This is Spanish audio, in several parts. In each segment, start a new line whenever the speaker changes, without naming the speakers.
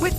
With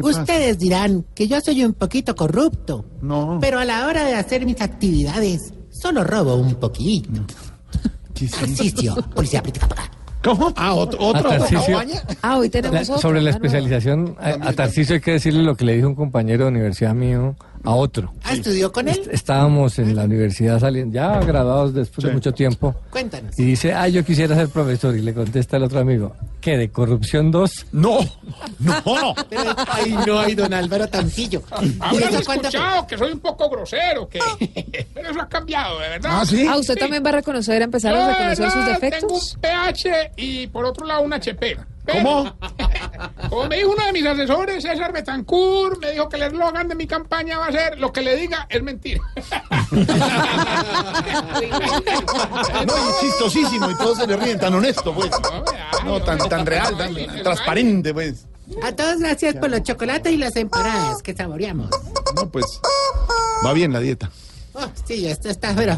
Ustedes dirán que yo soy un poquito corrupto.
No.
Pero a la hora de hacer mis actividades, solo robo un poquito. Ejercicio, policía política para acá.
¿Cómo? Ah, otro. otro,
A Tarcisio.
Ah, hoy tenemos
La-
otro,
sobre la
una nueva.
especialización, a, a Tarcisio hay que decirle lo que le dijo un compañero de universidad mío a otro.
Ah, estudió con
Este.
él.
Estábamos en la universidad saliendo, ya graduados después de
Sí.
mucho tiempo,
Cuéntanos.
y dice, ah, yo quisiera ser profesor, y le contesta el otro amigo, ¿qué, de corrupción 2?
No, no.
Pero, ay, no, ay, don Álvaro Tancillo. ¿Y
Habrán
eso cuánto?
escuchado que soy un poco grosero, que pero eso ha cambiado, de verdad.
Ah, sí.
Ah, usted también va a reconocer, a empezar a reconocer sus
Ah, Tengo
defectos.
un PH y por otro lado un HP. Pero,
¿Cómo?
Como me dijo uno de mis asesores, César Betancourt, me dijo que el eslogan de mi campaña va a ser lo que le diga es mentira.
No, y chistosísimo y todos se le ríen, tan honesto, pues. No, tan, tan real, tan, tan transparente, pues.
A todos gracias por los chocolates y las empanadas que saboreamos.
No, pues. Va bien la dieta.
Oh, sí, esto está pero...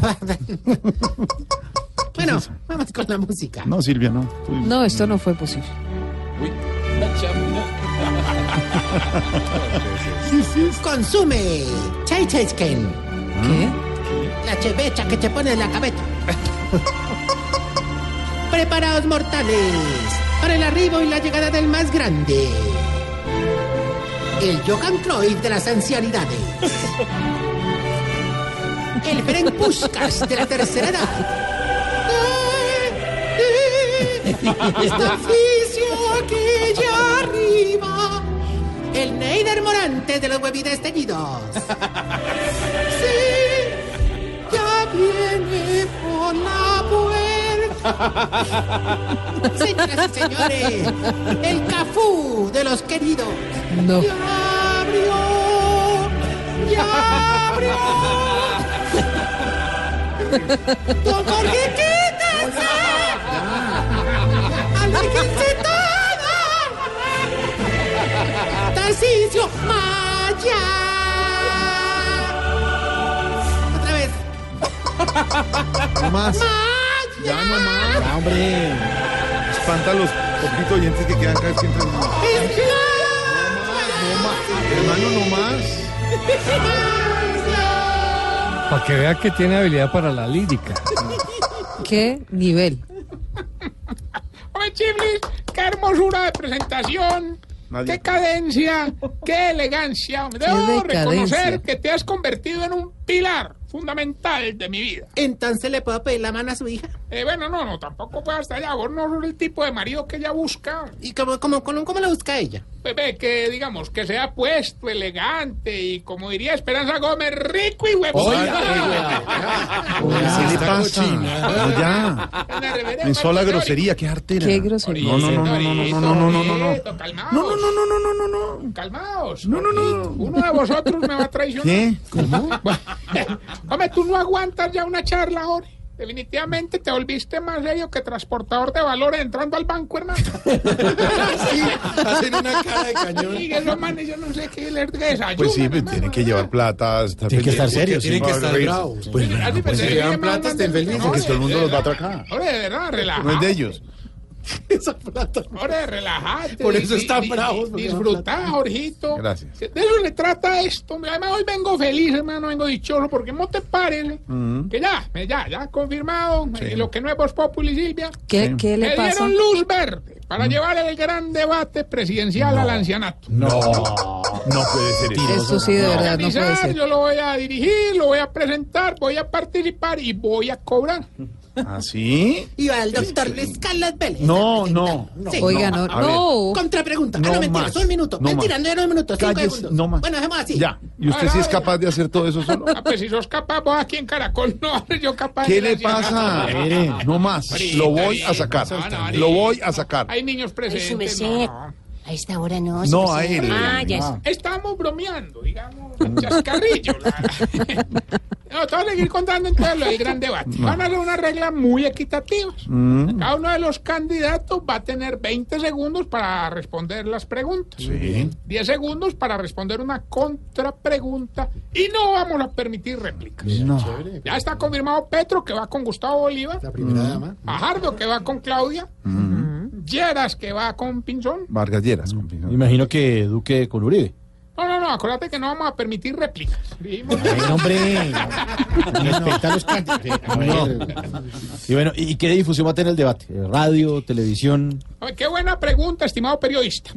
Bueno, vamos con la música.
No, Silvia, no. Tú-
No, esto no fue posible.
Consume Chai Chai Ken,
¿Qué?
la chevecha que te pone en la cabeza. Preparaos mortales para el arribo y la llegada del más grande. El Johan Cruyff de las ancianidades. El Ferenc Puskas de la tercera edad. Está Este oficio que ya arriba. El Neider Morante de los huevides teñidos. Sí, ya viene por la puerta. Señoras y señores, el Cafú de los queridos.
No.
Ya abrió, ya abrió. Don Jorge, quítense. Aléjense todos. Tarcicio Maya. Otra vez.
No más.
Maya.
Ya no más. Ya, hombre. Espanta a los poquitos oyentes que quedan acá siempre. No más,
Es
no más. Hermano, no más.
Para que vea que tiene habilidad para la lírica.
¿Qué nivel?
Hombre, Chiblis, qué hermosura de presentación.
Nadie.
Qué cadencia, qué elegancia. hombre.
Qué
Debo
decadencia.
reconocer que te has convertido en un pilar fundamental de mi vida.
Entonces le puedo pedir la mano a su hija.
Eh, bueno, no, no, tampoco puedo hasta allá. Vos no sos el tipo de marido que ella busca.
¿Y cómo, cómo, cómo, cómo la busca ella?
Bebé, que digamos, que sea puesto, elegante y como diría Esperanza Gómez, rico y huevón.
Oiga, ¿Qué le pasa? No, ya. Pensó la grosería, qué artera.
Qué grosería.
No, no, no, no, no, no, no, no, no, no, no.
Calmaos,
No, no, no, no, no, no, no, no. No, no, no.
calmaos. Uno de vosotros me va a traicionar.
¿Qué?
Hombre, tú no aguantas ya una charla, ahora. Definitivamente te volviste más serio que transportador de valores entrando al banco, hermano.
Sí, hacen Ah, una cara de cañón.
Y esos manes, yo no sé qué les desayunan.
Pues sí, pues,
hermano.
tienen que llevar plata. Tienen
que estar serios,
Tienen que estar bravos. Pues
Ah, sí,
no,
pues,
pues,
sí,
llevan
que
plata,
mandan
estén
de-
felices,
no,
que todo el mundo
de-
los va a atracar.
Hombre, de verdad, relaja.
No es de ellos.
Hombre, relajate.
Por eso
di-
están
di-
bravos, porque
Disfrutá, Jorgito.
Gracias.
De eso le trata esto. hombre. Además, hoy vengo feliz, hermano, vengo dichoso, porque no te pares. eh, Que ya, eh, ya, ya confirmado.
Mm. Sí.
eh, lo que no es Voz Populi, Silvia.
¿Qué, qué
Le
le pasa?
dieron luz verde para llevar el gran debate presidencial al ancianato.
Mm. No, no puede ser eso.
Esto sí, de verdad, no puede
Organizar,
ser.
yo lo voy a dirigir, lo voy a presentar, voy a participar y voy a cobrar.
¿Ah, sí?
Y va el doctor Luis Carlos Vélez.
No, no.
Sí.
Oiga, no,
No, a ver.
no.
Contra pregunta.
No
ah, no, mentira,
más.
un minuto.
No
mentira,
más.
no era un minuto, cinco
Calles,
segundos.
no más.
Bueno, hacemos así.
Ya. ¿Y usted sí es capaz de hacer todo eso solo?
Ah, pues si sos capaz, vos aquí en Caracol no, yo capaz.
¿Qué
del
le
ancianato.
pasa? No más. Lo voy a sacar. Lo voy a sacar.
Hay niños presentes. no.
A esta hora no.
No,
sí,
a
sí.
él.
Ah, ya
Ah.
es.
Estábamos bromeando, digamos, chascarrillo. la- no, te voy a seguir contando entonces lo del gran debate. Van a hacer unas reglas muy equitativas. Cada uno de los candidatos va a tener 20 segundos para responder las preguntas. 10 segundos para responder una contrapregunta y no vamos a permitir réplicas. Ya está confirmado Petro que va con Gustavo Bolívar,
La
Mm.
primera dama.
Fajardo que va con Claudia, Lleras que va con Pinzón.
Vargas Lleras. con Pinzón.
Imagino que Duque con Uribe.
No, no, no, acuérdate que no vamos a permitir réplicas. Dijimos-
hombre.
Respeta los cantos. A ver.
Y bueno, ¿y qué difusión va a tener el debate? Eh, ¿Radio, televisión?
Ay, Qué buena pregunta, estimado periodista.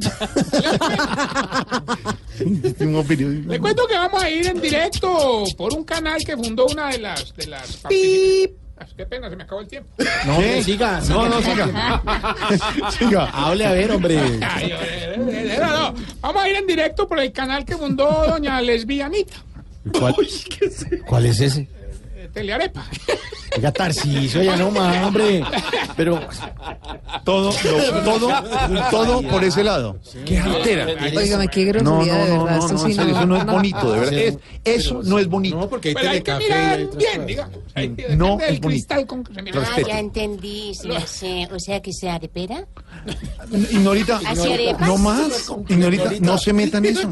Tengo opinión.
Le cuento que vamos a ir en directo por un canal que fundó una de las de las
Pip.
participantes. Ah, Qué pena, se me acabó el tiempo.
No, hombre, siga.
No, no, siga. Siga.
Hable a ver, hombre.
Ay, eh, eh, eh, no, no. Vamos a ir en directo por el canal que fundó doña Lesbianita,
¿Cuál, cuál es ese?
eh, Telearepa.
Oiga, Tarciso, ya no más, hombre. Pero,
Todo, lo- todo, todo por ese lado. Qué altera.
Óigame, qué grosería,
No, no,
de
no,
verdad.
no,
esto
no,
sí
en serio, eso no es bonito, de verdad.
Sí.
Es- eso no es bonito.
porque
Pero hay que mirar bien, digamos. Hay que-
Mm. No
depende del
es bonito.
cristal con que se mira.
Ah, ya entendí. sí, sí. O sea que sea arepera.
Ignorita,
¿Así arepas?
no más. Ignorita, no se metan en eso.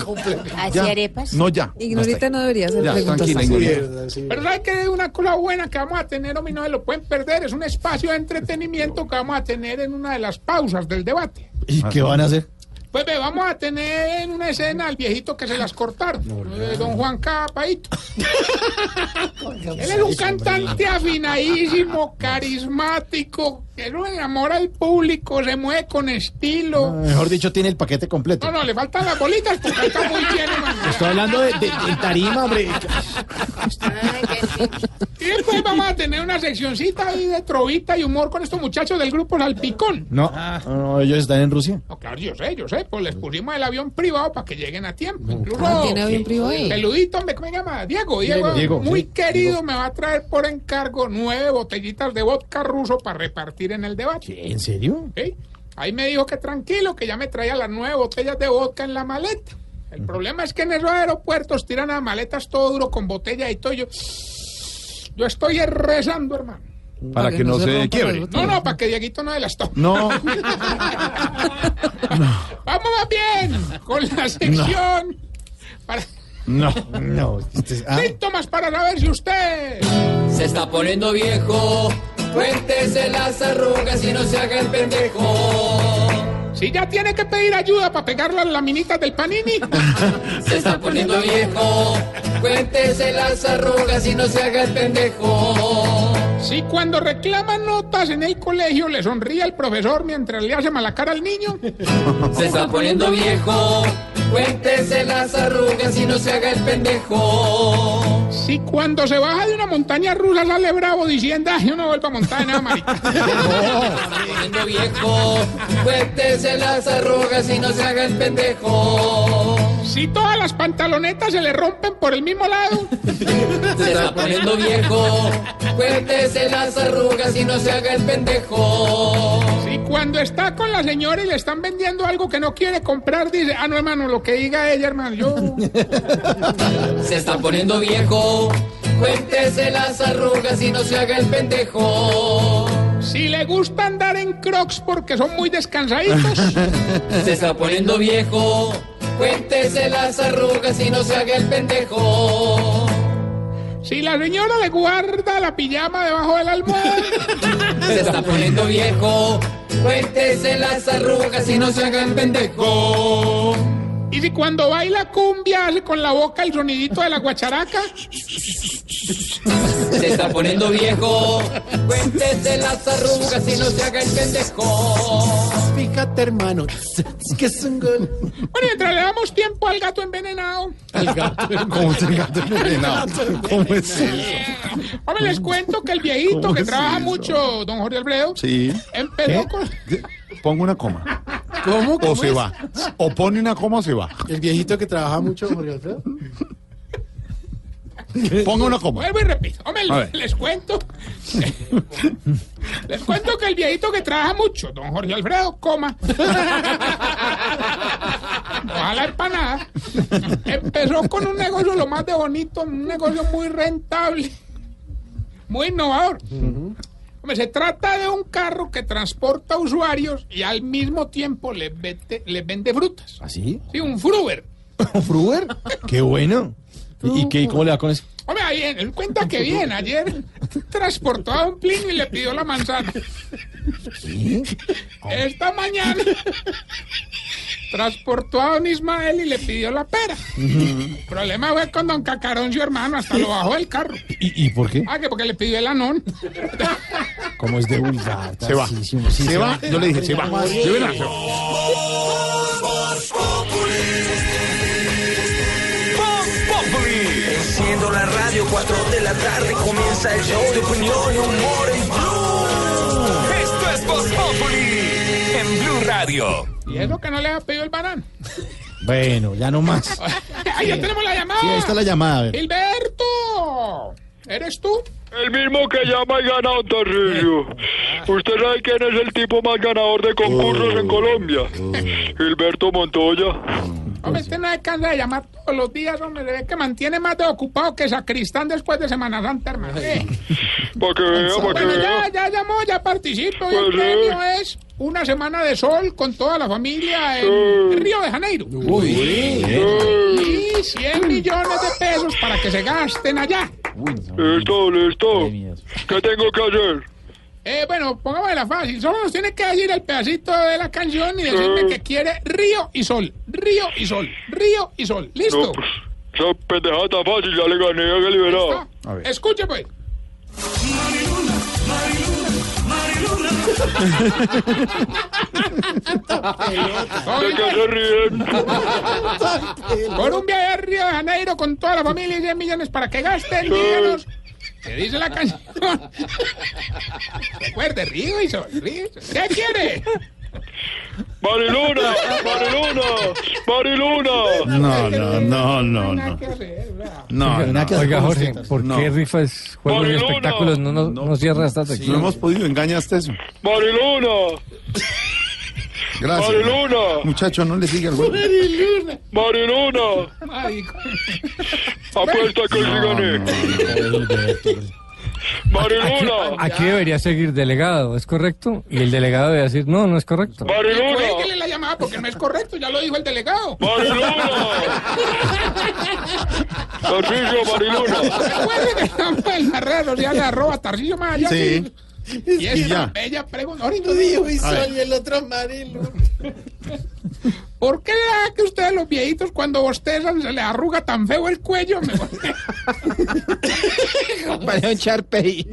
¿Así
Ya.
arepas?
No, ya.
Ignorita no debería hacer
Ya,
preguntas
tranquila,
así.
Ignorita.
Pero ¿sabes que una cosa buena que vamos a tener, hombre, no se lo pueden perder. Es un espacio de entretenimiento que vamos a tener en una de las pausas del debate.
¿Y qué van a hacer?
Pues ve, vamos a tener en una escena al viejito que se las cortaron, eh, don Juan Capaito. Él es un cantante afinadísimo, carismático, que lo enamora al público, se mueve con estilo.
Mejor dicho, tiene el paquete completo.
No, no, le faltan las bolitas porque está muy bien,
Estoy
hermano.
hablando de, de- de tarima, hombre.
Ah, ya entendí.
Y después vamos a tener una seccioncita ahí de trovita y humor con estos muchachos del grupo Salpicón.
No, no, no, ellos están en Rusia.
No, claro, yo sé, yo sé, pues les pusimos el avión privado para que lleguen a tiempo. Incluso,
Ah, ¿tiene avión
sí,
privado?
Peludito, hombre, ¿cómo se llama? Diego, Diego,
Diego,
muy
sí,
querido, me va a traer por encargo nueve botellitas de vodka ruso para repartir en el debate.
¿Qué, ¿En serio?
¿sí? Ahí me dijo que tranquilo, que ya me traía las nueve botellas de vodka en la maleta. El problema es que en esos aeropuertos tiran las maletas todo duro con botella y todo. Yo, yo estoy rezando, hermano.
Para que no se
rompa la
quiebre.
botella.
No, no, para que Dieguito no se las tome.
No,
Vamos más bien con la sección para
no.
No. este es- ah,
síntomas para saber si usted.
Se está poniendo viejo. Cuéntese las arrugas y no se haga el pendejo.
Si ya tiene que pedir ayuda para pegar las laminitas del panini.
Se está poniendo viejo. Cuéntese las arrugas y no se haga el pendejo.
Si cuando reclama notas en el colegio le sonríe al profesor mientras le hace mala cara al niño.
Se está poniendo viejo. Cuéntese las arrugas y no se haga el pendejo.
Si cuando se baja de una montaña rusa sale bravo diciendo, "Ah, yo no vuelvo a montar nada, marica.
Se está poniendo viejo. Cuéntese las arrugas y no se haga el pendejo.
Si todas las pantalonetas se le rompen por el mismo lado.
Se está poniendo viejo. Cuéntese las arrugas y no se haga el pendejo.
Si cuando está con la señora y le están vendiendo algo que no quiere comprar, dice, ah, no, hermano, lo que diga ella, hermano, yo...
Se está poniendo viejo. Cuéntese las arrugas y no se haga el pendejo.
Si le gusta andar en crocs porque son muy descansaditos.
Se está poniendo viejo. Cuéntese las arrugas y no se haga el pendejo.
si la señora le guarda la pijama debajo del almohada.
Se está poniendo viejo. Cuéntese las arrugas y no se haga el pendejo.
y si cuando baila cumbia hace con la boca el sonidito de la guacharaca.
Se está poniendo viejo. Cuéntese las arrugas y no se haga el pendejo.
Fíjate, hermano. Es que es un gol.
Bueno, mientras le damos tiempo al gato envenenado.
¿Cómo se gato envenenado? ¿Cómo es eso?
Hombre, les cuento que el viejito
¿Cómo
que
es
trabaja
eso?
mucho, don Jorge Alfredo,
Sí.
empezó con...
Pongo una coma. ¿Cómo? O se va. O pone una coma o se va.
El viejito que trabaja mucho, Jorge Alfredo.
Ponga una coma.
Vuelvo y repito. Hombre,
A
les,
ver.
les cuento. les cuento que el viejito que trabaja mucho, don Jorge Alfredo, coma. ojalá empanada, empezó con un negocio lo más de bonito, un negocio muy rentable, muy innovador. Hombre, se trata de un carro que transporta usuarios y al mismo tiempo les vende, les vende frutas.
¿Así?
Sí, un fruber.
¿Un fruber? ¡Qué bueno! ¿Y, y qué, cómo le va con eso?
Hombre, ayer, él cuenta que bien, ayer transportó a un plin y le pidió la manzana. Esta mañana transportó a don Ismael y le pidió la pera. El problema fue con don Cacarón, su hermano, hasta lo bajó del carro.
¿Y, y por qué?
Ah, que porque le pidió el anón.
¿Cómo es de vulgar?
Se va.
Sí, sí, sí,
se va. Yo le dije, se va. Se verá, se va.
Enciendo la radio, 4 de la tarde comienza el show de opinión y humor en Blue. Esto es Voz Populi en Blue Radio.
Y es lo que no le ha pedido el banano.
Bueno, ya no más.
Ahí ya tenemos la llamada.
Sí, ahí está la llamada. a ver.
Gilberto, ¿eres tú?
El mismo que llama y gana un torrillo. ¿Usted sabe quién es el tipo más ganador de concursos en Colombia? Gilberto Montoya.
Hombre, este no se cansa de llamar todos los días, hombre. Se ve que mantiene más de ocupado que sacristán después de Semana Santa, hermano. Eh. Sí.
Para que vea, para que
Bueno, ya,
vea.
ya llamó, ya participo. Y el
Pues, eh.
premio es una semana de sol con toda la familia en Río de Janeiro. Y 100 millones de pesos para que se gasten allá.
Listo, listo. ¿Qué tengo que hacer?
Eh, bueno, pongámosle la fácil. Solo nos tiene que decir el pedacito de la canción y decirme que quiere río y sol. Río y sol. Río y sol. ¿Listo?
No, pues, esa pendejada tan fácil, ya le gané a Galibera.
Escuche, pues.
¿De qué se ríen?
Por un viaje a Río de Janeiro con toda la familia y 10 millones para que gasten, díganos. ¿Qué dice la canción? Recuerde, río y sol, río y sol. ¿Qué quiere?
¡Mariluna! ¡Mariluna! ¡Mariluna!
No, no, no, no,
Nada
no.
que hacer, ¿verdad?
No, no.
Oiga, Jorge, ¿por
No.
qué rifas juegos y
Mariluno.
espectáculos no nos no cierra esta
No
sección?
hemos podido, engañaste eso.
¡Mariluna!
Gracias.
¡Mariluna!
Muchacho, no le siga el juego.
Mariluna.
¡Mariluna!
Ay,
¡Apuesta que hoy sí gané! ¡Mariluna!
Aquí debería seguir delegado, ¿es correcto? Y el delegado debería decir, no, no es correcto.
cuélguele
¡Mariluna!
la llamada porque no es correcto, ya lo dijo el delegado.
¡Mariluna! ¡Tarcicio, Mariluna!
Recuerde que estamos en las redes sociales, arroba Tarcillo Maya.
Sí.
Y
Y
esta
ya.
bella pregunta. Ahorita digo,
y
ver.
soy el otro Marilu.
¿Por qué será que ustedes los viejitos cuando bostezan se les arruga tan feo el cuello? Me-
Para un charpey.